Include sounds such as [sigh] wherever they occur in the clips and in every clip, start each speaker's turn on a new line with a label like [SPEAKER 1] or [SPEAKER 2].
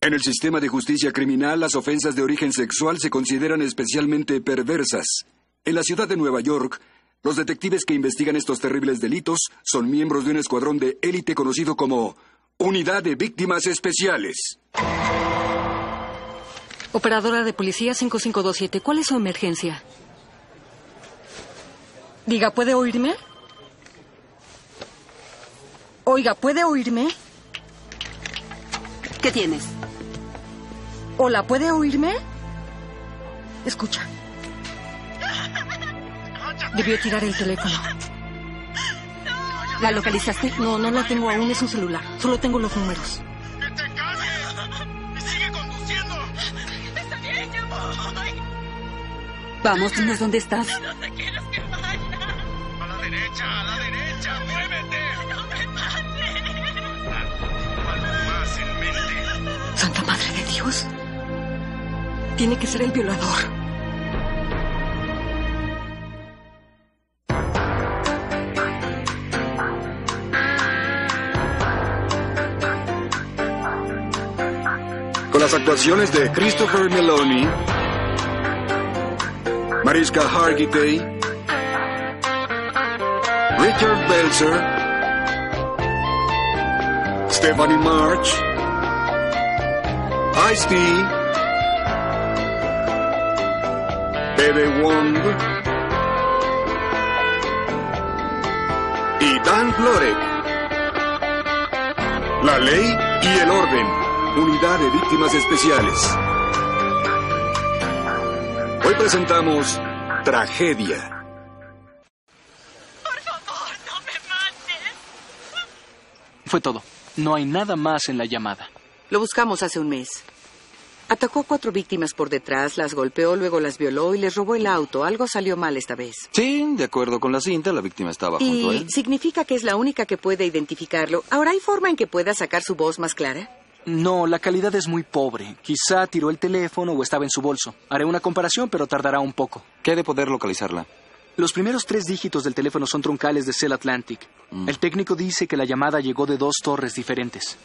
[SPEAKER 1] En el sistema de justicia criminal, las ofensas de origen sexual se consideran especialmente perversas. En la ciudad de Nueva York, los detectives que investigan estos terribles delitos son miembros de un escuadrón de élite conocido como Unidad de Víctimas Especiales.
[SPEAKER 2] Operadora de policía 5527, ¿cuál es su emergencia? Diga, ¿puede oírme? Oiga, ¿puede oírme?
[SPEAKER 3] ¿Qué tienes?
[SPEAKER 2] Hola, ¿puede oírme? Escucha. Debió tirar el teléfono.
[SPEAKER 3] ¿La localizaste?
[SPEAKER 2] No, no la tengo aún, es un celular. Solo tengo los números.
[SPEAKER 4] ¡Que te calles! ¡Y sigue conduciendo!
[SPEAKER 5] ¡Está bien, ya voy!
[SPEAKER 3] Vamos, dinos dónde estás.
[SPEAKER 5] ¡No te quieres que vaya!
[SPEAKER 4] ¡A la derecha! ¡A la derecha! ¡Muévete!
[SPEAKER 5] ¡No me mates!
[SPEAKER 4] Algo más en mente.
[SPEAKER 2] Santa Madre de Dios. Tiene que ser el violador.
[SPEAKER 1] Con las actuaciones de Christopher Meloni, Mariska Hargitay, Richard Belzer, Stephanie March, Ice-T, Bebe Wong y Dan Florek. La ley y el orden. Unidad de Víctimas Especiales. Hoy presentamos Tragedia.
[SPEAKER 5] ¡Por favor, no me mates!
[SPEAKER 6] Fue todo. No hay nada más en la llamada.
[SPEAKER 3] Lo buscamos hace un mes. Atacó a cuatro víctimas por detrás, las golpeó, luego las violó y les robó el auto. Algo salió mal esta vez.
[SPEAKER 7] Sí, de acuerdo con la cinta, la víctima estaba junto a
[SPEAKER 3] Y
[SPEAKER 7] él.
[SPEAKER 3] significa que es la única que puede identificarlo. ¿Ahora hay forma en que pueda sacar su voz más clara?
[SPEAKER 6] No, la calidad es muy pobre. Quizá tiró el teléfono o estaba en su bolso. Haré una comparación, pero tardará un poco.
[SPEAKER 7] ¿Qué ha de poder localizarla?
[SPEAKER 6] Los primeros tres dígitos del teléfono son troncales de Cell Atlantic.
[SPEAKER 7] Mm.
[SPEAKER 6] El técnico dice que la llamada llegó de dos torres diferentes.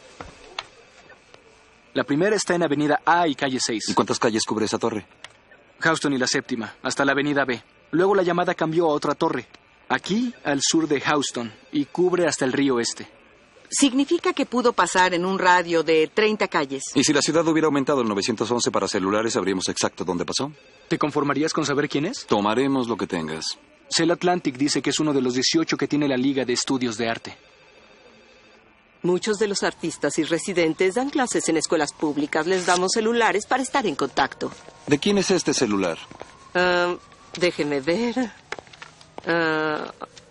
[SPEAKER 6] La primera está en Avenida A y calle
[SPEAKER 7] ¿Y
[SPEAKER 6] 6,
[SPEAKER 7] cuántas calles cubre esa torre?
[SPEAKER 6] Houston y la séptima, hasta la Avenida B. Luego la llamada cambió a otra torre, aquí al sur de Houston, y cubre hasta el río este.
[SPEAKER 3] Significa que pudo pasar en un radio de 30 calles.
[SPEAKER 7] ¿Y si la ciudad hubiera aumentado el 911 para celulares, sabríamos exacto dónde pasó?
[SPEAKER 6] ¿Te conformarías con saber quién es?
[SPEAKER 7] Tomaremos lo que tengas.
[SPEAKER 6] Cell Atlantic dice que es uno de los 18 que tiene la Liga de Estudios de Arte.
[SPEAKER 8] Muchos de los artistas y residentes dan clases en escuelas públicas. Les damos celulares para estar en contacto.
[SPEAKER 7] ¿De quién es este celular?
[SPEAKER 8] Ah, déjeme ver. Ah,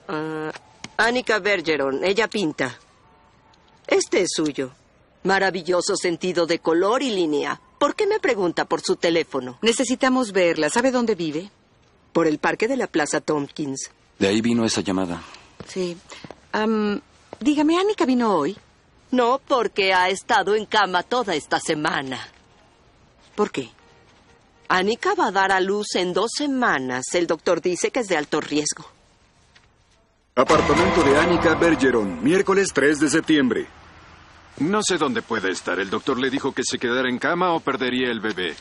[SPEAKER 8] ah, Annika Bergeron, ella pinta. Este es suyo. Maravilloso sentido de color y línea. ¿Por qué me pregunta por su teléfono?
[SPEAKER 3] Necesitamos verla. ¿Sabe dónde vive?
[SPEAKER 8] Por el parque de la Plaza Tompkins.
[SPEAKER 7] De ahí vino esa llamada.
[SPEAKER 3] Sí. Am, dígame, ¿Annika vino hoy?
[SPEAKER 8] No, porque ha estado en cama toda esta semana.
[SPEAKER 3] ¿Por qué?
[SPEAKER 8] Annika va a dar a luz en dos semanas. El doctor dice que es de alto riesgo.
[SPEAKER 1] Apartamento de Annika Bergeron, miércoles 3 de septiembre.
[SPEAKER 4] No sé dónde puede estar. El doctor le dijo que se quedara en cama o perdería el bebé.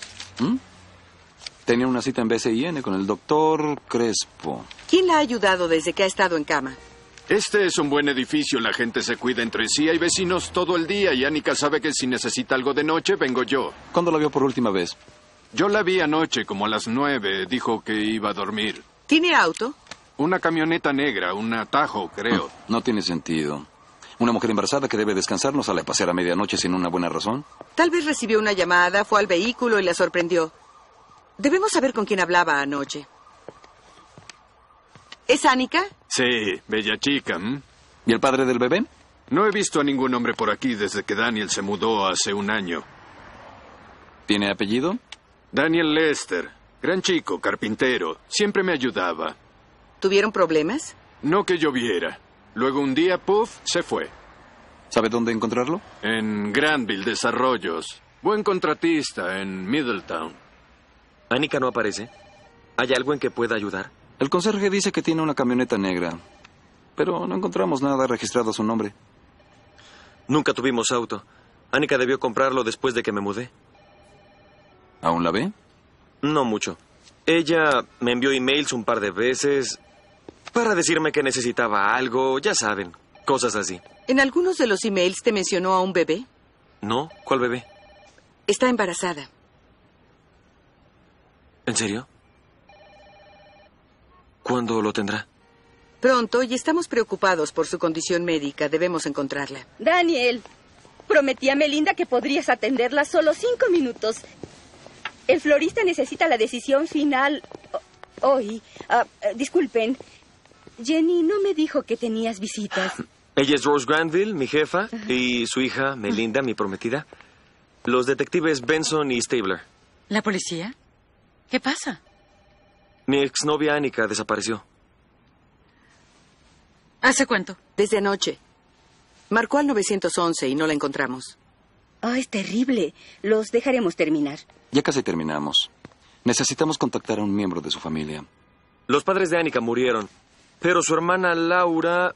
[SPEAKER 7] Tenía una cita en BCIN con el doctor Crespo.
[SPEAKER 3] ¿Quién la ha ayudado desde que ha estado en cama?
[SPEAKER 4] Este es un buen edificio. La gente se cuida entre sí. Hay vecinos todo el día y Annika sabe que si necesita algo de noche, vengo yo.
[SPEAKER 7] ¿Cuándo la vio por última vez?
[SPEAKER 4] Yo la vi anoche, como a las nueve. Dijo que iba a dormir.
[SPEAKER 3] ¿Tiene auto?
[SPEAKER 4] Una camioneta negra, un atajo, creo.
[SPEAKER 7] No tiene sentido. Una mujer embarazada que debe descansar no sale a pasear a medianoche sin una buena razón.
[SPEAKER 3] Tal vez recibió una llamada, fue al vehículo y la sorprendió. Debemos saber con quién hablaba anoche. ¿Es Annika?
[SPEAKER 4] Sí, bella chica. ¿m?
[SPEAKER 7] ¿Y el padre del bebé?
[SPEAKER 4] No he visto a ningún hombre por aquí desde que Daniel se mudó hace un año.
[SPEAKER 7] ¿Tiene apellido?
[SPEAKER 4] Daniel Lester, gran chico, carpintero, siempre me ayudaba.
[SPEAKER 3] ¿Tuvieron problemas?
[SPEAKER 4] No que yo viera. Luego un día, puff, se fue.
[SPEAKER 7] ¿Sabe dónde encontrarlo?
[SPEAKER 4] En Granville Desarrollos. Buen contratista en Middletown.
[SPEAKER 9] Annika no aparece. ¿Hay algo en que pueda ayudar?
[SPEAKER 7] El conserje dice que tiene una camioneta negra, pero no encontramos nada registrado a su nombre.
[SPEAKER 9] Nunca tuvimos auto. Annika debió comprarlo después de que me mudé.
[SPEAKER 7] ¿Aún la ve?
[SPEAKER 9] No mucho. Ella me envió emails un par de veces para decirme que necesitaba algo, ya saben, cosas así.
[SPEAKER 3] En algunos de los emails te mencionó a un bebé.
[SPEAKER 9] ¿No? ¿Cuál bebé?
[SPEAKER 3] Está embarazada.
[SPEAKER 9] ¿En serio? ¿Cuándo lo tendrá?
[SPEAKER 3] Pronto y estamos preocupados por su condición médica. Debemos encontrarla.
[SPEAKER 10] Daniel, prometí a Melinda que podrías atenderla solo cinco minutos. El florista necesita la decisión final ho- hoy. Ah, eh, disculpen, Jenny no me dijo que tenías visitas.
[SPEAKER 9] Ella es Rose Granville, mi jefa, y su hija, Melinda, mi prometida. Los detectives Benson y Stabler.
[SPEAKER 11] ¿La policía? ¿Qué pasa?
[SPEAKER 9] Mi exnovia Annika desapareció.
[SPEAKER 3] ¿Hace cuánto? Desde anoche. Marcó al 911 y no la encontramos.
[SPEAKER 10] Ah, es terrible. Los dejaremos terminar.
[SPEAKER 7] Ya casi terminamos. Necesitamos contactar a un miembro de su familia.
[SPEAKER 9] Los padres de Annika murieron, pero su hermana Laura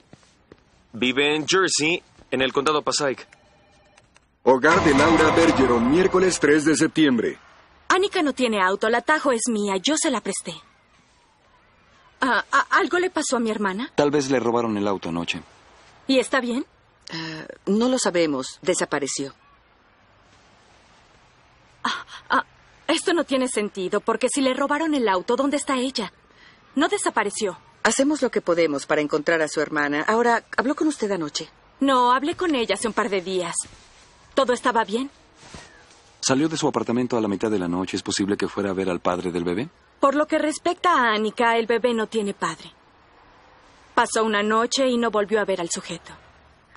[SPEAKER 9] vive en Jersey, en el condado Passaic.
[SPEAKER 1] Hogar de Laura Bergeron, miércoles 3 de septiembre.
[SPEAKER 11] Annika no tiene auto, el atajo es mía, yo se la presté. Ah, ah, ¿Algo le pasó a mi hermana?
[SPEAKER 7] Tal vez le robaron el auto anoche.
[SPEAKER 11] ¿Y está bien?
[SPEAKER 3] Ah, no lo sabemos. Desapareció.
[SPEAKER 11] Ah, esto no tiene sentido, porque si le robaron el auto, ¿dónde está ella? No desapareció.
[SPEAKER 3] Hacemos lo que podemos para encontrar a su hermana. Ahora, ¿habló con usted anoche?
[SPEAKER 11] No, hablé con ella hace un par de días. ¿Todo estaba bien?
[SPEAKER 7] Salió de su apartamento a la mitad de la noche. ¿Es posible que fuera a ver al padre del bebé?
[SPEAKER 11] Por lo que respecta a Annika, el bebé no tiene padre. Pasó una noche y no volvió a ver al sujeto.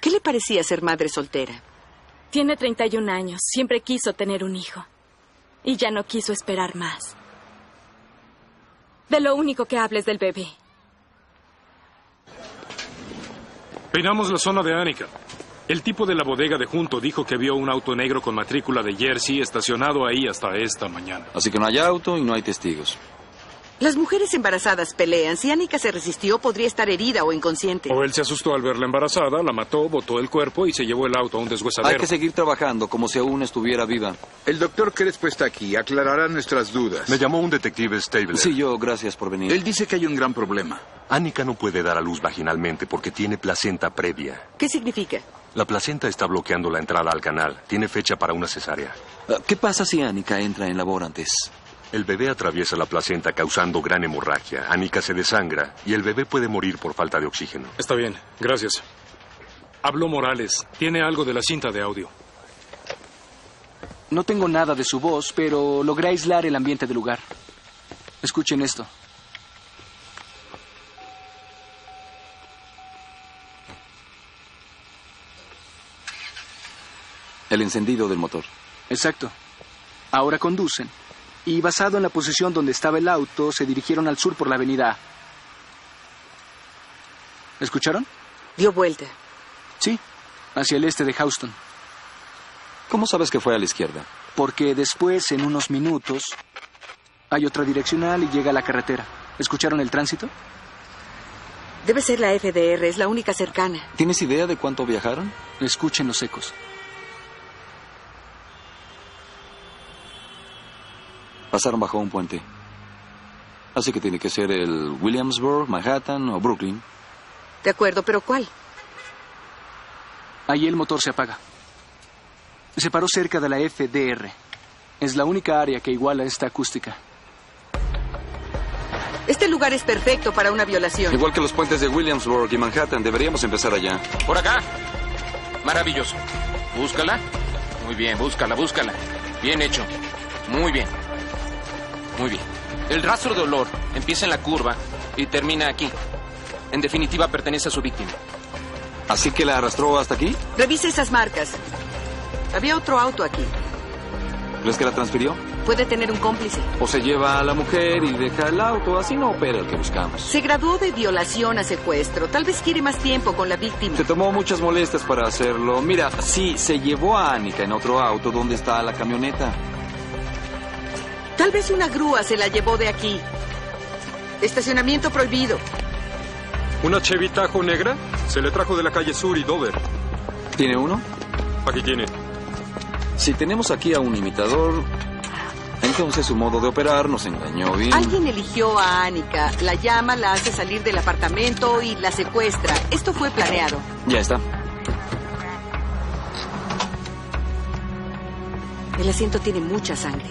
[SPEAKER 3] ¿Qué le parecía ser madre soltera?
[SPEAKER 11] Tiene 31 años, siempre quiso tener un hijo. Y ya no quiso esperar más. De lo único que hables del bebé.
[SPEAKER 12] Peinamos la zona de Annika. El tipo de la bodega de junto dijo que vio un auto negro con matrícula de Jersey estacionado ahí hasta esta mañana.
[SPEAKER 7] Así que no hay auto y no hay testigos.
[SPEAKER 3] Las mujeres embarazadas pelean. Si Annika se resistió, podría estar herida o inconsciente.
[SPEAKER 12] O él se asustó al verla embarazada, la mató, botó el cuerpo y se llevó el auto a un
[SPEAKER 7] Hay
[SPEAKER 12] deshuesadero.
[SPEAKER 7] que seguir trabajando como si aún estuviera viva.
[SPEAKER 13] El doctor Crespo está aquí, aclarará nuestras dudas.
[SPEAKER 14] Me llamó un detective Stabler.
[SPEAKER 7] Sí, yo, gracias por venir.
[SPEAKER 13] Él dice que hay un gran problema.
[SPEAKER 14] Annika no puede dar a luz vaginalmente porque tiene placenta previa.
[SPEAKER 3] ¿Qué significa?
[SPEAKER 14] La placenta está bloqueando la entrada al canal. Tiene fecha para una cesárea.
[SPEAKER 7] Ah, ¿Qué pasa si Annika entra en labor antes?
[SPEAKER 14] El bebé atraviesa la placenta causando gran hemorragia. Annika se desangra y el bebé puede morir por falta de oxígeno.
[SPEAKER 12] Está bien, gracias. Habló Morales. Tiene algo de la cinta de audio.
[SPEAKER 6] No tengo nada de su voz, pero logré aislar el ambiente del lugar. Escuchen esto.
[SPEAKER 7] El encendido del motor.
[SPEAKER 6] Exacto. Ahora conducen. Y basado en la posición donde estaba el auto, se dirigieron al sur por la avenida A. ¿Escucharon?
[SPEAKER 3] Dio vuelta.
[SPEAKER 6] Sí, hacia el este de Houston.
[SPEAKER 7] ¿Cómo sabes que fue a la izquierda?
[SPEAKER 6] Porque después, en unos minutos, hay otra direccional y llega a la carretera. ¿Escucharon el tránsito?
[SPEAKER 3] Debe ser la FDR, es la única cercana.
[SPEAKER 7] ¿Tienes idea de cuánto viajaron?
[SPEAKER 6] Escuchen los ecos.
[SPEAKER 7] Pasaron bajo un puente. Así que tiene que ser el Williamsburg, Manhattan o Brooklyn.
[SPEAKER 3] De acuerdo, pero ¿cuál?
[SPEAKER 6] Ahí el motor se apaga. Se paró cerca de la FDR. Es la única área que iguala esta acústica.
[SPEAKER 3] Este lugar es perfecto para una violación.
[SPEAKER 7] Igual que los puentes de Williamsburg y Manhattan, deberíamos empezar allá.
[SPEAKER 15] Por acá. Maravilloso. Búscala. Muy bien, búscala, búscala. Bien hecho. Muy bien. Muy bien. El rastro de olor empieza en la curva y termina aquí. En definitiva, pertenece a su víctima.
[SPEAKER 7] ¿Así que la arrastró hasta aquí?
[SPEAKER 3] Revise esas marcas. Había otro auto aquí.
[SPEAKER 7] ¿Crees que la transfirió?
[SPEAKER 3] Puede tener un cómplice.
[SPEAKER 7] ¿O se lleva a la mujer y deja el auto? Así no opera el que buscamos.
[SPEAKER 3] Se graduó de violación a secuestro. Tal vez quiere más tiempo con la víctima.
[SPEAKER 7] Se tomó muchas molestias para hacerlo. Mira, sí, se llevó a Annika en otro auto. ¿Dónde está la camioneta?
[SPEAKER 3] Tal vez una grúa se la llevó de aquí. Estacionamiento prohibido.
[SPEAKER 16] ¿Una Chevy Tajo negra? Se le trajo de la calle Sur y Dover.
[SPEAKER 7] ¿Tiene uno?
[SPEAKER 16] Aquí tiene.
[SPEAKER 7] Si tenemos aquí a un imitador, entonces su modo de operar nos engañó bien.
[SPEAKER 3] Alguien eligió a Annika, la llama, la hace salir del apartamento y la secuestra. Esto fue planeado.
[SPEAKER 7] Ya está.
[SPEAKER 3] El asiento tiene mucha sangre.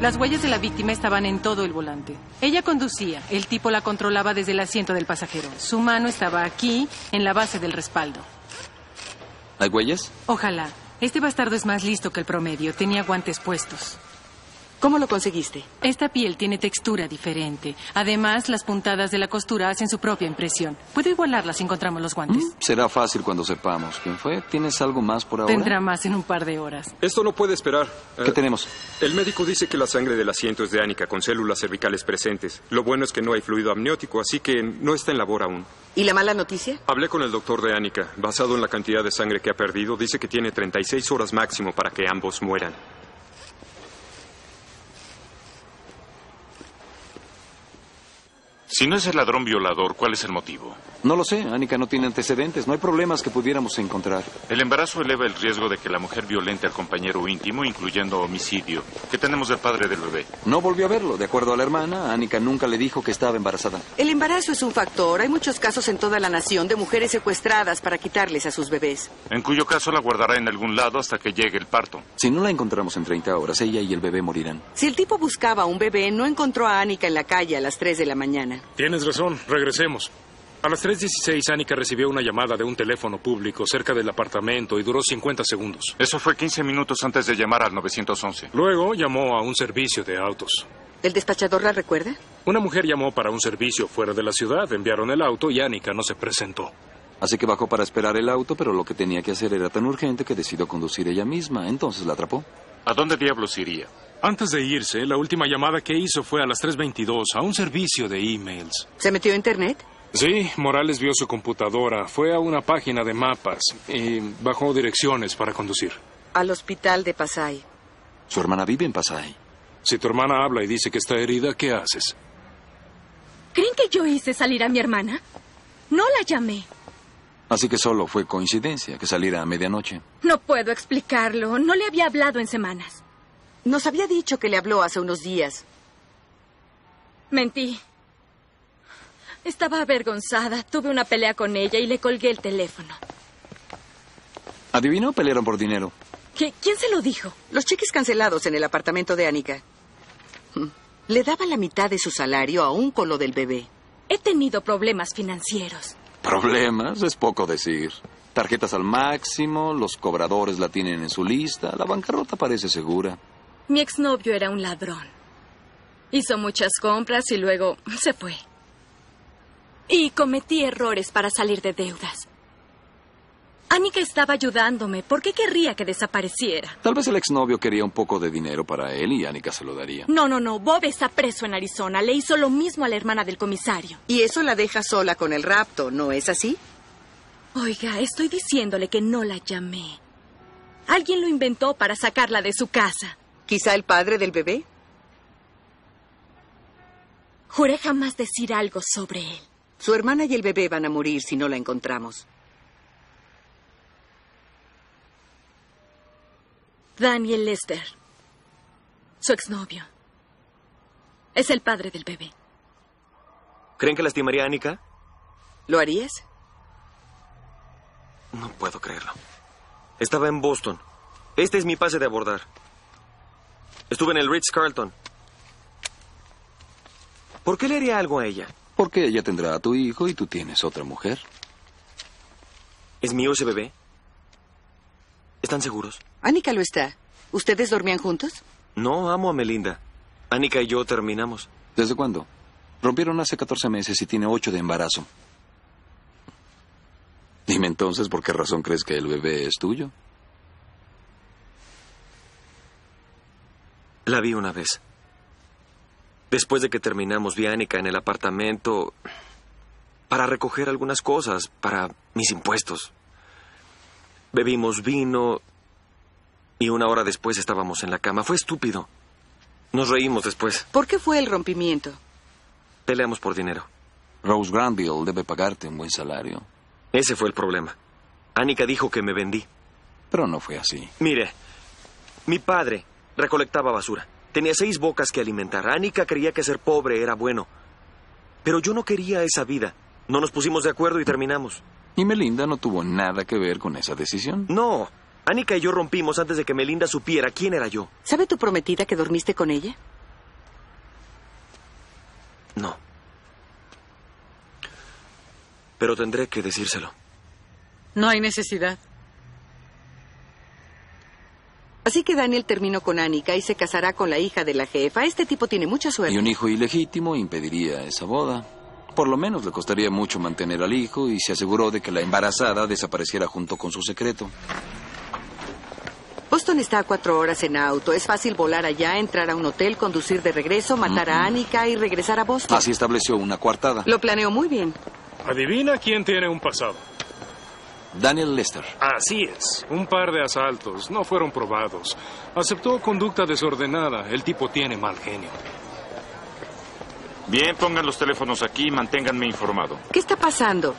[SPEAKER 17] Las huellas de la víctima estaban en todo el volante. Ella conducía, el tipo la controlaba desde el asiento del pasajero. Su mano estaba aquí, en la base del respaldo.
[SPEAKER 7] ¿Hay huellas?
[SPEAKER 17] Ojalá. Este bastardo es más listo que el promedio. Tenía guantes puestos.
[SPEAKER 3] ¿Cómo lo conseguiste?
[SPEAKER 17] Esta piel tiene textura diferente. Además, las puntadas de la costura hacen su propia impresión. Puedo igualarlas si encontramos los
[SPEAKER 3] ¿Mm?
[SPEAKER 17] guantes.
[SPEAKER 7] Será fácil cuando sepamos quién fue. ¿Tienes algo más por ahora?
[SPEAKER 17] Tendrá más en un par de horas.
[SPEAKER 16] Esto no puede esperar. Eh,
[SPEAKER 7] ¿Qué tenemos?
[SPEAKER 16] El médico dice que la sangre del asiento es de Ánica, con células cervicales presentes. Lo bueno es que no hay fluido amniótico, así que no está en labor aún.
[SPEAKER 3] ¿Y la mala noticia?
[SPEAKER 16] Hablé con el doctor de Ánica. Basado en la cantidad de sangre que ha perdido, dice que tiene 36 horas máximo para que ambos mueran.
[SPEAKER 18] Si no es el ladrón violador, ¿cuál es el motivo?
[SPEAKER 7] No lo sé, Annika no tiene antecedentes, no hay problemas que pudiéramos encontrar.
[SPEAKER 18] El embarazo eleva el riesgo de que la mujer violente al compañero íntimo, incluyendo homicidio. ¿Qué tenemos del padre del bebé?
[SPEAKER 7] No volvió a verlo, de acuerdo a la hermana, Annika nunca le dijo que estaba embarazada.
[SPEAKER 3] El embarazo es un factor. Hay muchos casos en toda la nación de mujeres secuestradas para quitarles a sus bebés.
[SPEAKER 18] En cuyo caso la guardará en algún lado hasta que llegue el parto.
[SPEAKER 7] Si no la encontramos en 30 horas, ella y el bebé morirán.
[SPEAKER 3] Si el tipo buscaba un bebé, no encontró a Annika en la calle a las 3 de la mañana.
[SPEAKER 12] Tienes razón, regresemos. A las 3.16, Annika recibió una llamada de un teléfono público cerca del apartamento y duró 50 segundos.
[SPEAKER 18] Eso fue 15 minutos antes de llamar al 911.
[SPEAKER 12] Luego llamó a un servicio de autos.
[SPEAKER 3] ¿El despachador la recuerda?
[SPEAKER 12] Una mujer llamó para un servicio fuera de la ciudad, enviaron el auto y Annika no se presentó.
[SPEAKER 7] Así que bajó para esperar el auto, pero lo que tenía que hacer era tan urgente que decidió conducir ella misma. Entonces la atrapó.
[SPEAKER 18] ¿A dónde diablos iría?
[SPEAKER 12] Antes de irse, la última llamada que hizo fue a las 3.22 a un servicio de emails.
[SPEAKER 3] ¿Se metió a internet?
[SPEAKER 12] Sí, Morales vio su computadora, fue a una página de mapas y bajó direcciones para conducir.
[SPEAKER 3] Al hospital de Pasay.
[SPEAKER 7] Su hermana vive en Pasay.
[SPEAKER 12] Si tu hermana habla y dice que está herida, ¿qué haces?
[SPEAKER 11] ¿Creen que yo hice salir a mi hermana? No la llamé.
[SPEAKER 7] Así que solo fue coincidencia que saliera a medianoche.
[SPEAKER 11] No puedo explicarlo. No le había hablado en semanas.
[SPEAKER 3] Nos había dicho que le habló hace unos días.
[SPEAKER 11] Mentí. Estaba avergonzada. Tuve una pelea con ella y le colgué el teléfono.
[SPEAKER 7] ¿Adivinó? Pelearon por dinero.
[SPEAKER 11] ¿Qué- ¿Quién se lo dijo?
[SPEAKER 3] Los cheques cancelados en el apartamento de Annika. Mm. Le daba la mitad de su salario aún con lo del bebé.
[SPEAKER 11] He tenido problemas financieros.
[SPEAKER 7] Problemas, es poco decir. Tarjetas al máximo, los cobradores la tienen en su lista, la bancarrota parece segura.
[SPEAKER 11] Mi exnovio era un ladrón. Hizo muchas compras y luego se fue. Y cometí errores para salir de deudas. Annika estaba ayudándome. ¿Por qué querría que desapareciera?
[SPEAKER 7] Tal vez el exnovio quería un poco de dinero para él y Annika se lo daría.
[SPEAKER 11] No, no, no. Bob está preso en Arizona. Le hizo lo mismo a la hermana del comisario.
[SPEAKER 3] Y eso la deja sola con el rapto, ¿no es así?
[SPEAKER 11] Oiga, estoy diciéndole que no la llamé. Alguien lo inventó para sacarla de su casa.
[SPEAKER 3] ¿Quizá el padre del bebé?
[SPEAKER 11] Juré jamás decir algo sobre él.
[SPEAKER 3] Su hermana y el bebé van a morir si no la encontramos.
[SPEAKER 11] Daniel Lester, su exnovio, es el padre del bebé.
[SPEAKER 9] ¿Creen que lastimaría a Annika?
[SPEAKER 3] ¿Lo harías?
[SPEAKER 9] No puedo creerlo. Estaba en Boston. Este es mi pase de abordar. Estuve en el Ritz Carlton. ¿Por qué le haría algo a ella?
[SPEAKER 7] Porque ella tendrá a tu hijo y tú tienes otra mujer.
[SPEAKER 9] ¿Es mío ese bebé? ¿Están seguros?
[SPEAKER 3] Annika lo está. ¿Ustedes dormían juntos?
[SPEAKER 9] No, amo a Melinda. Annika y yo terminamos.
[SPEAKER 7] ¿Desde cuándo? Rompieron hace 14 meses y tiene 8 de embarazo. Dime entonces por qué razón crees que el bebé es tuyo.
[SPEAKER 9] La vi una vez. Después de que terminamos, vi a Annika en el apartamento para recoger algunas cosas, para mis impuestos. Bebimos vino y una hora después estábamos en la cama. Fue estúpido. Nos reímos después.
[SPEAKER 3] ¿Por qué fue el rompimiento?
[SPEAKER 9] Peleamos por dinero.
[SPEAKER 7] Rose Granville debe pagarte un buen salario.
[SPEAKER 9] Ese fue el problema. Annika dijo que me vendí.
[SPEAKER 7] Pero no fue así.
[SPEAKER 9] Mire, mi padre recolectaba basura. Tenía seis bocas que alimentar. Annika creía que ser pobre era bueno. Pero yo no quería esa vida. No nos pusimos de acuerdo y terminamos.
[SPEAKER 7] Y Melinda no tuvo nada que ver con esa decisión.
[SPEAKER 9] No. Annika y yo rompimos antes de que Melinda supiera quién era yo.
[SPEAKER 3] ¿Sabe tu prometida que dormiste con ella?
[SPEAKER 9] No. Pero tendré que decírselo.
[SPEAKER 17] No hay necesidad.
[SPEAKER 3] Así que Daniel terminó con Annika y se casará con la hija de la jefa. Este tipo tiene mucha suerte.
[SPEAKER 7] Y un hijo ilegítimo impediría esa boda. Por lo menos le costaría mucho mantener al hijo y se aseguró de que la embarazada desapareciera junto con su secreto.
[SPEAKER 3] Boston está a cuatro horas en auto. Es fácil volar allá, entrar a un hotel, conducir de regreso, matar a Annika y regresar a Boston.
[SPEAKER 7] Así estableció una coartada.
[SPEAKER 3] Lo planeó muy bien.
[SPEAKER 12] Adivina quién tiene un pasado.
[SPEAKER 7] Daniel Lester.
[SPEAKER 12] Así es. Un par de asaltos. No fueron probados. Aceptó conducta desordenada. El tipo tiene mal genio.
[SPEAKER 18] Bien, pongan los teléfonos aquí y manténganme informado.
[SPEAKER 3] ¿Qué está pasando?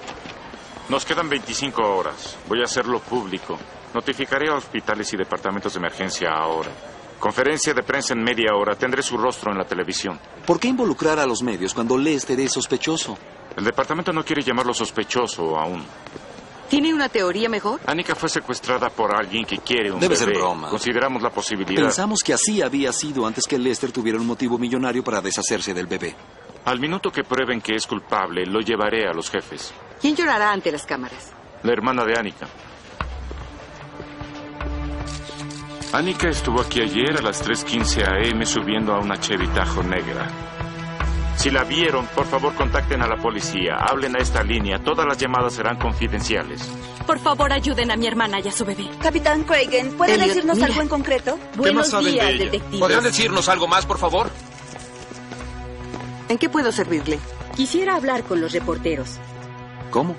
[SPEAKER 18] Nos quedan 25 horas. Voy a hacerlo público. Notificaré a hospitales y departamentos de emergencia ahora. Conferencia de prensa en media hora. Tendré su rostro en la televisión.
[SPEAKER 7] ¿Por qué involucrar a los medios cuando Lester es sospechoso?
[SPEAKER 18] El departamento no quiere llamarlo sospechoso aún.
[SPEAKER 3] ¿Tiene una teoría mejor?
[SPEAKER 18] Annika fue secuestrada por alguien que quiere un
[SPEAKER 7] Debe
[SPEAKER 18] bebé.
[SPEAKER 7] ser broma.
[SPEAKER 18] Consideramos la posibilidad.
[SPEAKER 7] Pensamos que así había sido antes que Lester tuviera un motivo millonario para deshacerse del bebé.
[SPEAKER 18] Al minuto que prueben que es culpable, lo llevaré a los jefes.
[SPEAKER 3] ¿Quién llorará ante las cámaras?
[SPEAKER 18] La hermana de Annika. Annika estuvo aquí ayer a las 3.15 am subiendo a una Chevy Tajo negra. Si la vieron, por favor contacten a la policía. Hablen a esta línea. Todas las llamadas serán confidenciales.
[SPEAKER 11] Por favor, ayuden a mi hermana y a su bebé.
[SPEAKER 10] Capitán Cragen, ¿puede
[SPEAKER 11] Elliot,
[SPEAKER 10] decirnos
[SPEAKER 11] mira.
[SPEAKER 10] algo en concreto?
[SPEAKER 11] Buenos
[SPEAKER 15] saben
[SPEAKER 11] días,
[SPEAKER 15] de ella?
[SPEAKER 11] detective.
[SPEAKER 15] ¿Podrían decirnos algo más, por favor?
[SPEAKER 3] ¿En qué puedo servirle?
[SPEAKER 19] Quisiera hablar con los reporteros.
[SPEAKER 7] ¿Cómo?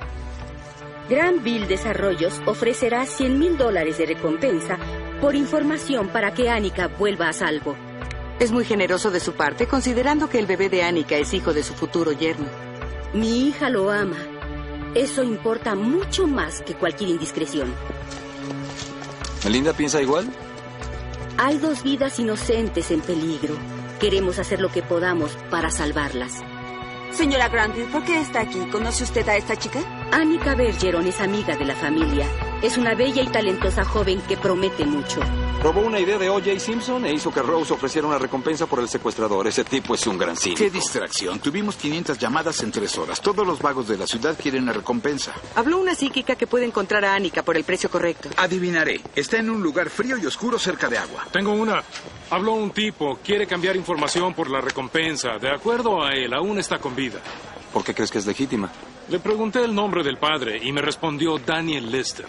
[SPEAKER 19] Granville Desarrollos ofrecerá 100 mil dólares de recompensa por información para que Annika vuelva a salvo.
[SPEAKER 3] Es muy generoso de su parte, considerando que el bebé de Annika es hijo de su futuro yerno.
[SPEAKER 19] Mi hija lo ama. Eso importa mucho más que cualquier indiscreción.
[SPEAKER 7] ¿Melinda piensa igual?
[SPEAKER 19] Hay dos vidas inocentes en peligro. Queremos hacer lo que podamos para salvarlas.
[SPEAKER 20] Señora Granville, ¿por qué está aquí? ¿Conoce usted a esta chica?
[SPEAKER 19] Annika Bergeron es amiga de la familia. Es una bella y talentosa joven que promete mucho.
[SPEAKER 7] Robó una idea de O.J. Simpson e hizo que Rose ofreciera una recompensa por el secuestrador. Ese tipo es un gran cínico.
[SPEAKER 13] Qué distracción. Tuvimos 500 llamadas en tres horas. Todos los vagos de la ciudad quieren una recompensa.
[SPEAKER 3] Habló una psíquica que puede encontrar a Annika por el precio correcto.
[SPEAKER 13] Adivinaré. Está en un lugar frío y oscuro cerca de agua.
[SPEAKER 12] Tengo una. Habló un tipo. Quiere cambiar información por la recompensa. De acuerdo a él, aún está con vida.
[SPEAKER 7] ¿Por qué crees que es legítima?
[SPEAKER 12] Le pregunté el nombre del padre y me respondió Daniel Lester.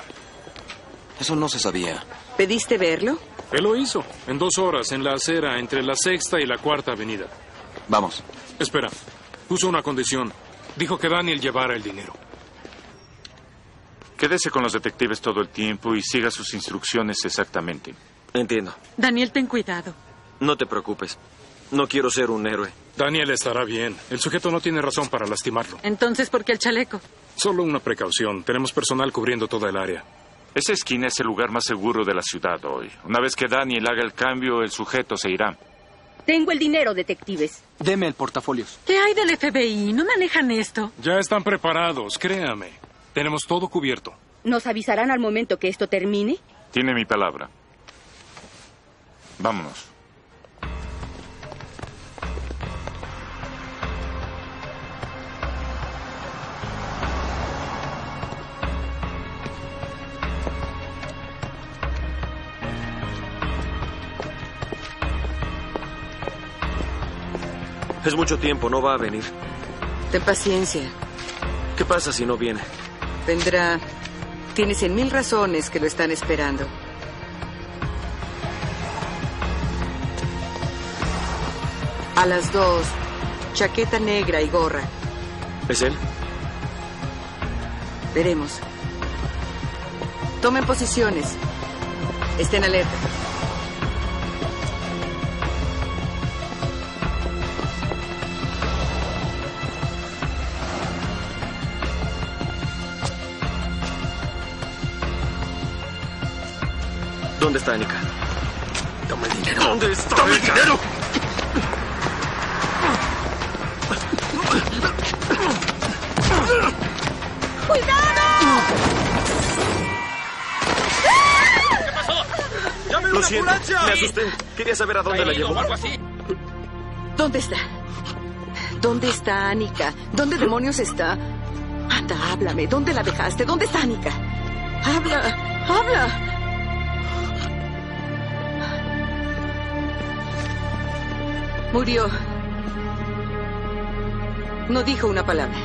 [SPEAKER 7] Eso no se sabía.
[SPEAKER 3] ¿Pediste verlo?
[SPEAKER 12] Él lo hizo. En dos horas, en la acera entre la sexta y la cuarta avenida.
[SPEAKER 7] Vamos.
[SPEAKER 12] Espera. Puso una condición. Dijo que Daniel llevara el dinero.
[SPEAKER 18] Quédese con los detectives todo el tiempo y siga sus instrucciones exactamente.
[SPEAKER 9] Entiendo.
[SPEAKER 17] Daniel, ten cuidado.
[SPEAKER 9] No te preocupes. No quiero ser un héroe.
[SPEAKER 12] Daniel estará bien. El sujeto no tiene razón para lastimarlo.
[SPEAKER 17] Entonces, ¿por qué el chaleco?
[SPEAKER 12] Solo una precaución. Tenemos personal cubriendo toda el área.
[SPEAKER 18] Esa esquina es el lugar más seguro de la ciudad hoy. Una vez que Daniel haga el cambio, el sujeto se irá.
[SPEAKER 19] Tengo el dinero, detectives.
[SPEAKER 6] Deme el portafolios.
[SPEAKER 17] ¿Qué hay del FBI? ¿No manejan esto?
[SPEAKER 12] Ya están preparados, créame. Tenemos todo cubierto.
[SPEAKER 19] ¿Nos avisarán al momento que esto termine?
[SPEAKER 18] Tiene mi palabra. Vámonos.
[SPEAKER 9] Es mucho tiempo, no va a venir.
[SPEAKER 3] Ten paciencia.
[SPEAKER 9] ¿Qué pasa si no viene?
[SPEAKER 3] Vendrá. Tiene cien mil razones que lo están esperando. A las dos, chaqueta negra y gorra.
[SPEAKER 9] ¿Es él?
[SPEAKER 3] Veremos. Tomen posiciones. Estén alerta.
[SPEAKER 9] ¿Dónde está Anika? Toma el dinero.
[SPEAKER 5] ¿Dónde está ¡Dame el dinero! ¡Cuidado!
[SPEAKER 9] Lo siento, me asusté. Quería saber a dónde la llevó.
[SPEAKER 3] ¿Dónde está? ¿Dónde está Annika? ¿Dónde demonios está? Anda, háblame. ¿Dónde la dejaste? ¿Dónde está Annika? Habla, habla. Murió. No dijo una palabra.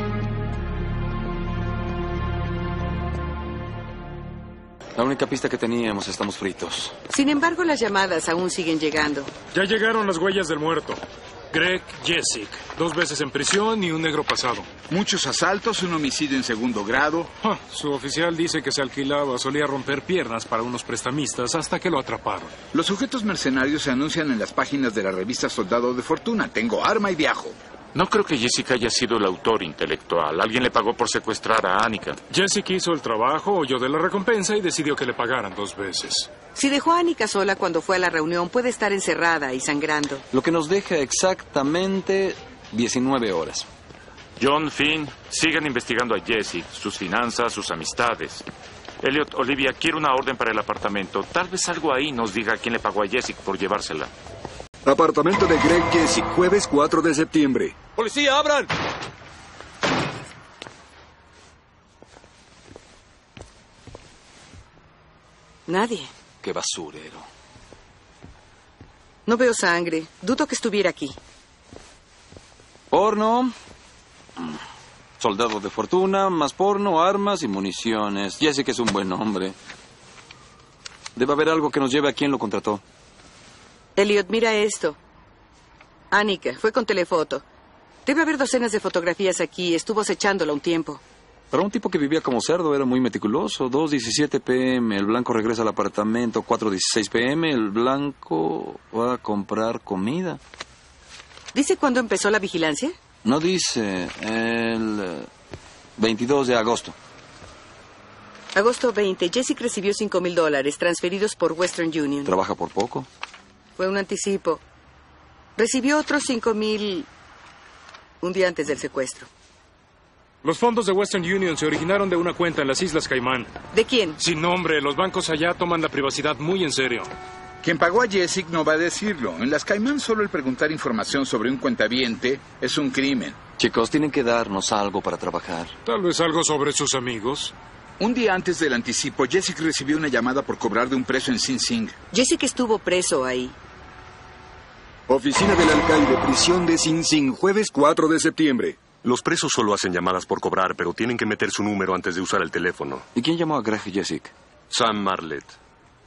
[SPEAKER 7] La única pista que teníamos, estamos fritos.
[SPEAKER 3] Sin embargo, las llamadas aún siguen llegando.
[SPEAKER 12] Ya llegaron las huellas del muerto. Greg Jessic, dos veces en prisión y un negro pasado.
[SPEAKER 13] Muchos asaltos, un homicidio en segundo grado.
[SPEAKER 12] Ah, Su oficial dice que se alquilaba, solía romper piernas para unos prestamistas hasta que lo atraparon.
[SPEAKER 13] Los sujetos mercenarios se anuncian en las páginas de la revista Soldado de Fortuna. Tengo arma y viajo.
[SPEAKER 18] No creo que Jessica haya sido el autor intelectual. Alguien le pagó por secuestrar a Annika.
[SPEAKER 12] Jessic hizo el trabajo, oyó de la recompensa y decidió que le pagaran dos veces.
[SPEAKER 3] Si dejó a Annika sola cuando fue a la reunión, puede estar encerrada y sangrando.
[SPEAKER 7] Lo que nos deja exactamente 19 horas.
[SPEAKER 18] John Finn, sigan investigando a Jesse, sus finanzas, sus amistades. Elliot, Olivia, quiero una orden para el apartamento. Tal vez algo ahí nos diga quién le pagó a Jessica por llevársela.
[SPEAKER 1] Apartamento de Greg Jessic, jueves 4 de septiembre.
[SPEAKER 15] ¡Policía, abran!
[SPEAKER 3] Nadie.
[SPEAKER 7] Qué basurero.
[SPEAKER 3] No veo sangre. Dudo que estuviera aquí.
[SPEAKER 7] Porno. Soldado de fortuna, más porno, armas y municiones. Jessica es un buen hombre. Debe haber algo que nos lleve a quien lo contrató.
[SPEAKER 3] Elliot, mira esto. Annika, fue con telefoto. Debe haber docenas de fotografías aquí. Estuvo acechándola un tiempo.
[SPEAKER 7] Para un tipo que vivía como cerdo era muy meticuloso. 2.17 pm, el blanco regresa al apartamento. 4.16 pm, el blanco va a comprar comida.
[SPEAKER 3] ¿Dice cuándo empezó la vigilancia?
[SPEAKER 7] No dice el eh, 22 de agosto.
[SPEAKER 3] Agosto 20. Jessica recibió 5 mil dólares transferidos por Western Union.
[SPEAKER 7] Trabaja por poco.
[SPEAKER 3] Fue un anticipo. Recibió otros 5 mil un día antes del secuestro.
[SPEAKER 12] Los fondos de Western Union se originaron de una cuenta en las Islas Caimán.
[SPEAKER 3] ¿De quién?
[SPEAKER 12] Sin nombre, los bancos allá toman la privacidad muy en serio.
[SPEAKER 13] Quien pagó a Jessic no va a decirlo. En las Caimán solo el preguntar información sobre un cuentaviente es un crimen.
[SPEAKER 7] Chicos, tienen que darnos algo para trabajar.
[SPEAKER 12] Tal vez algo sobre sus amigos.
[SPEAKER 13] Un día antes del anticipo, Jessic recibió una llamada por cobrar de un preso en Sing Sing.
[SPEAKER 3] Jessica estuvo preso ahí.
[SPEAKER 1] Oficina del alcalde, prisión de Sin Sin, jueves 4 de septiembre.
[SPEAKER 14] Los presos solo hacen llamadas por cobrar, pero tienen que meter su número antes de usar el teléfono.
[SPEAKER 7] ¿Y quién llamó a Greg Jessic?
[SPEAKER 14] Sam Marlett.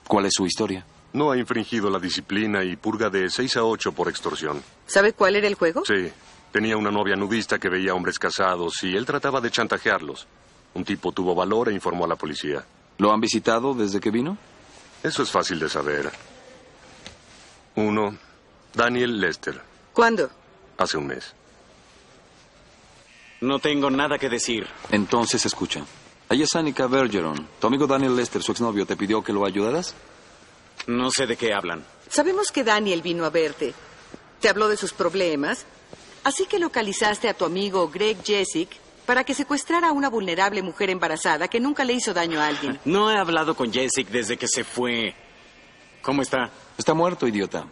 [SPEAKER 7] ¿Cuál es su historia?
[SPEAKER 14] No ha infringido la disciplina y purga de 6 a 8 por extorsión.
[SPEAKER 3] ¿Sabe cuál era el juego?
[SPEAKER 14] Sí, tenía una novia nudista que veía hombres casados y él trataba de chantajearlos. Un tipo tuvo valor e informó a la policía.
[SPEAKER 7] ¿Lo han visitado desde que vino?
[SPEAKER 14] Eso es fácil de saber. Uno, Daniel Lester,
[SPEAKER 3] ¿Cuándo?
[SPEAKER 14] hace un mes.
[SPEAKER 21] No tengo nada que decir.
[SPEAKER 7] Entonces escucha. Ahí es Annika Bergeron. Tu amigo Daniel Lester, su exnovio, te pidió que lo ayudaras.
[SPEAKER 21] No sé de qué hablan.
[SPEAKER 3] Sabemos que Daniel vino a verte. Te habló de sus problemas. Así que localizaste a tu amigo Greg Jessic para que secuestrara a una vulnerable mujer embarazada que nunca le hizo daño a
[SPEAKER 21] [laughs]
[SPEAKER 3] alguien.
[SPEAKER 21] No he hablado con Jessic desde que se fue. ¿Cómo está?
[SPEAKER 7] Está muerto, idiota.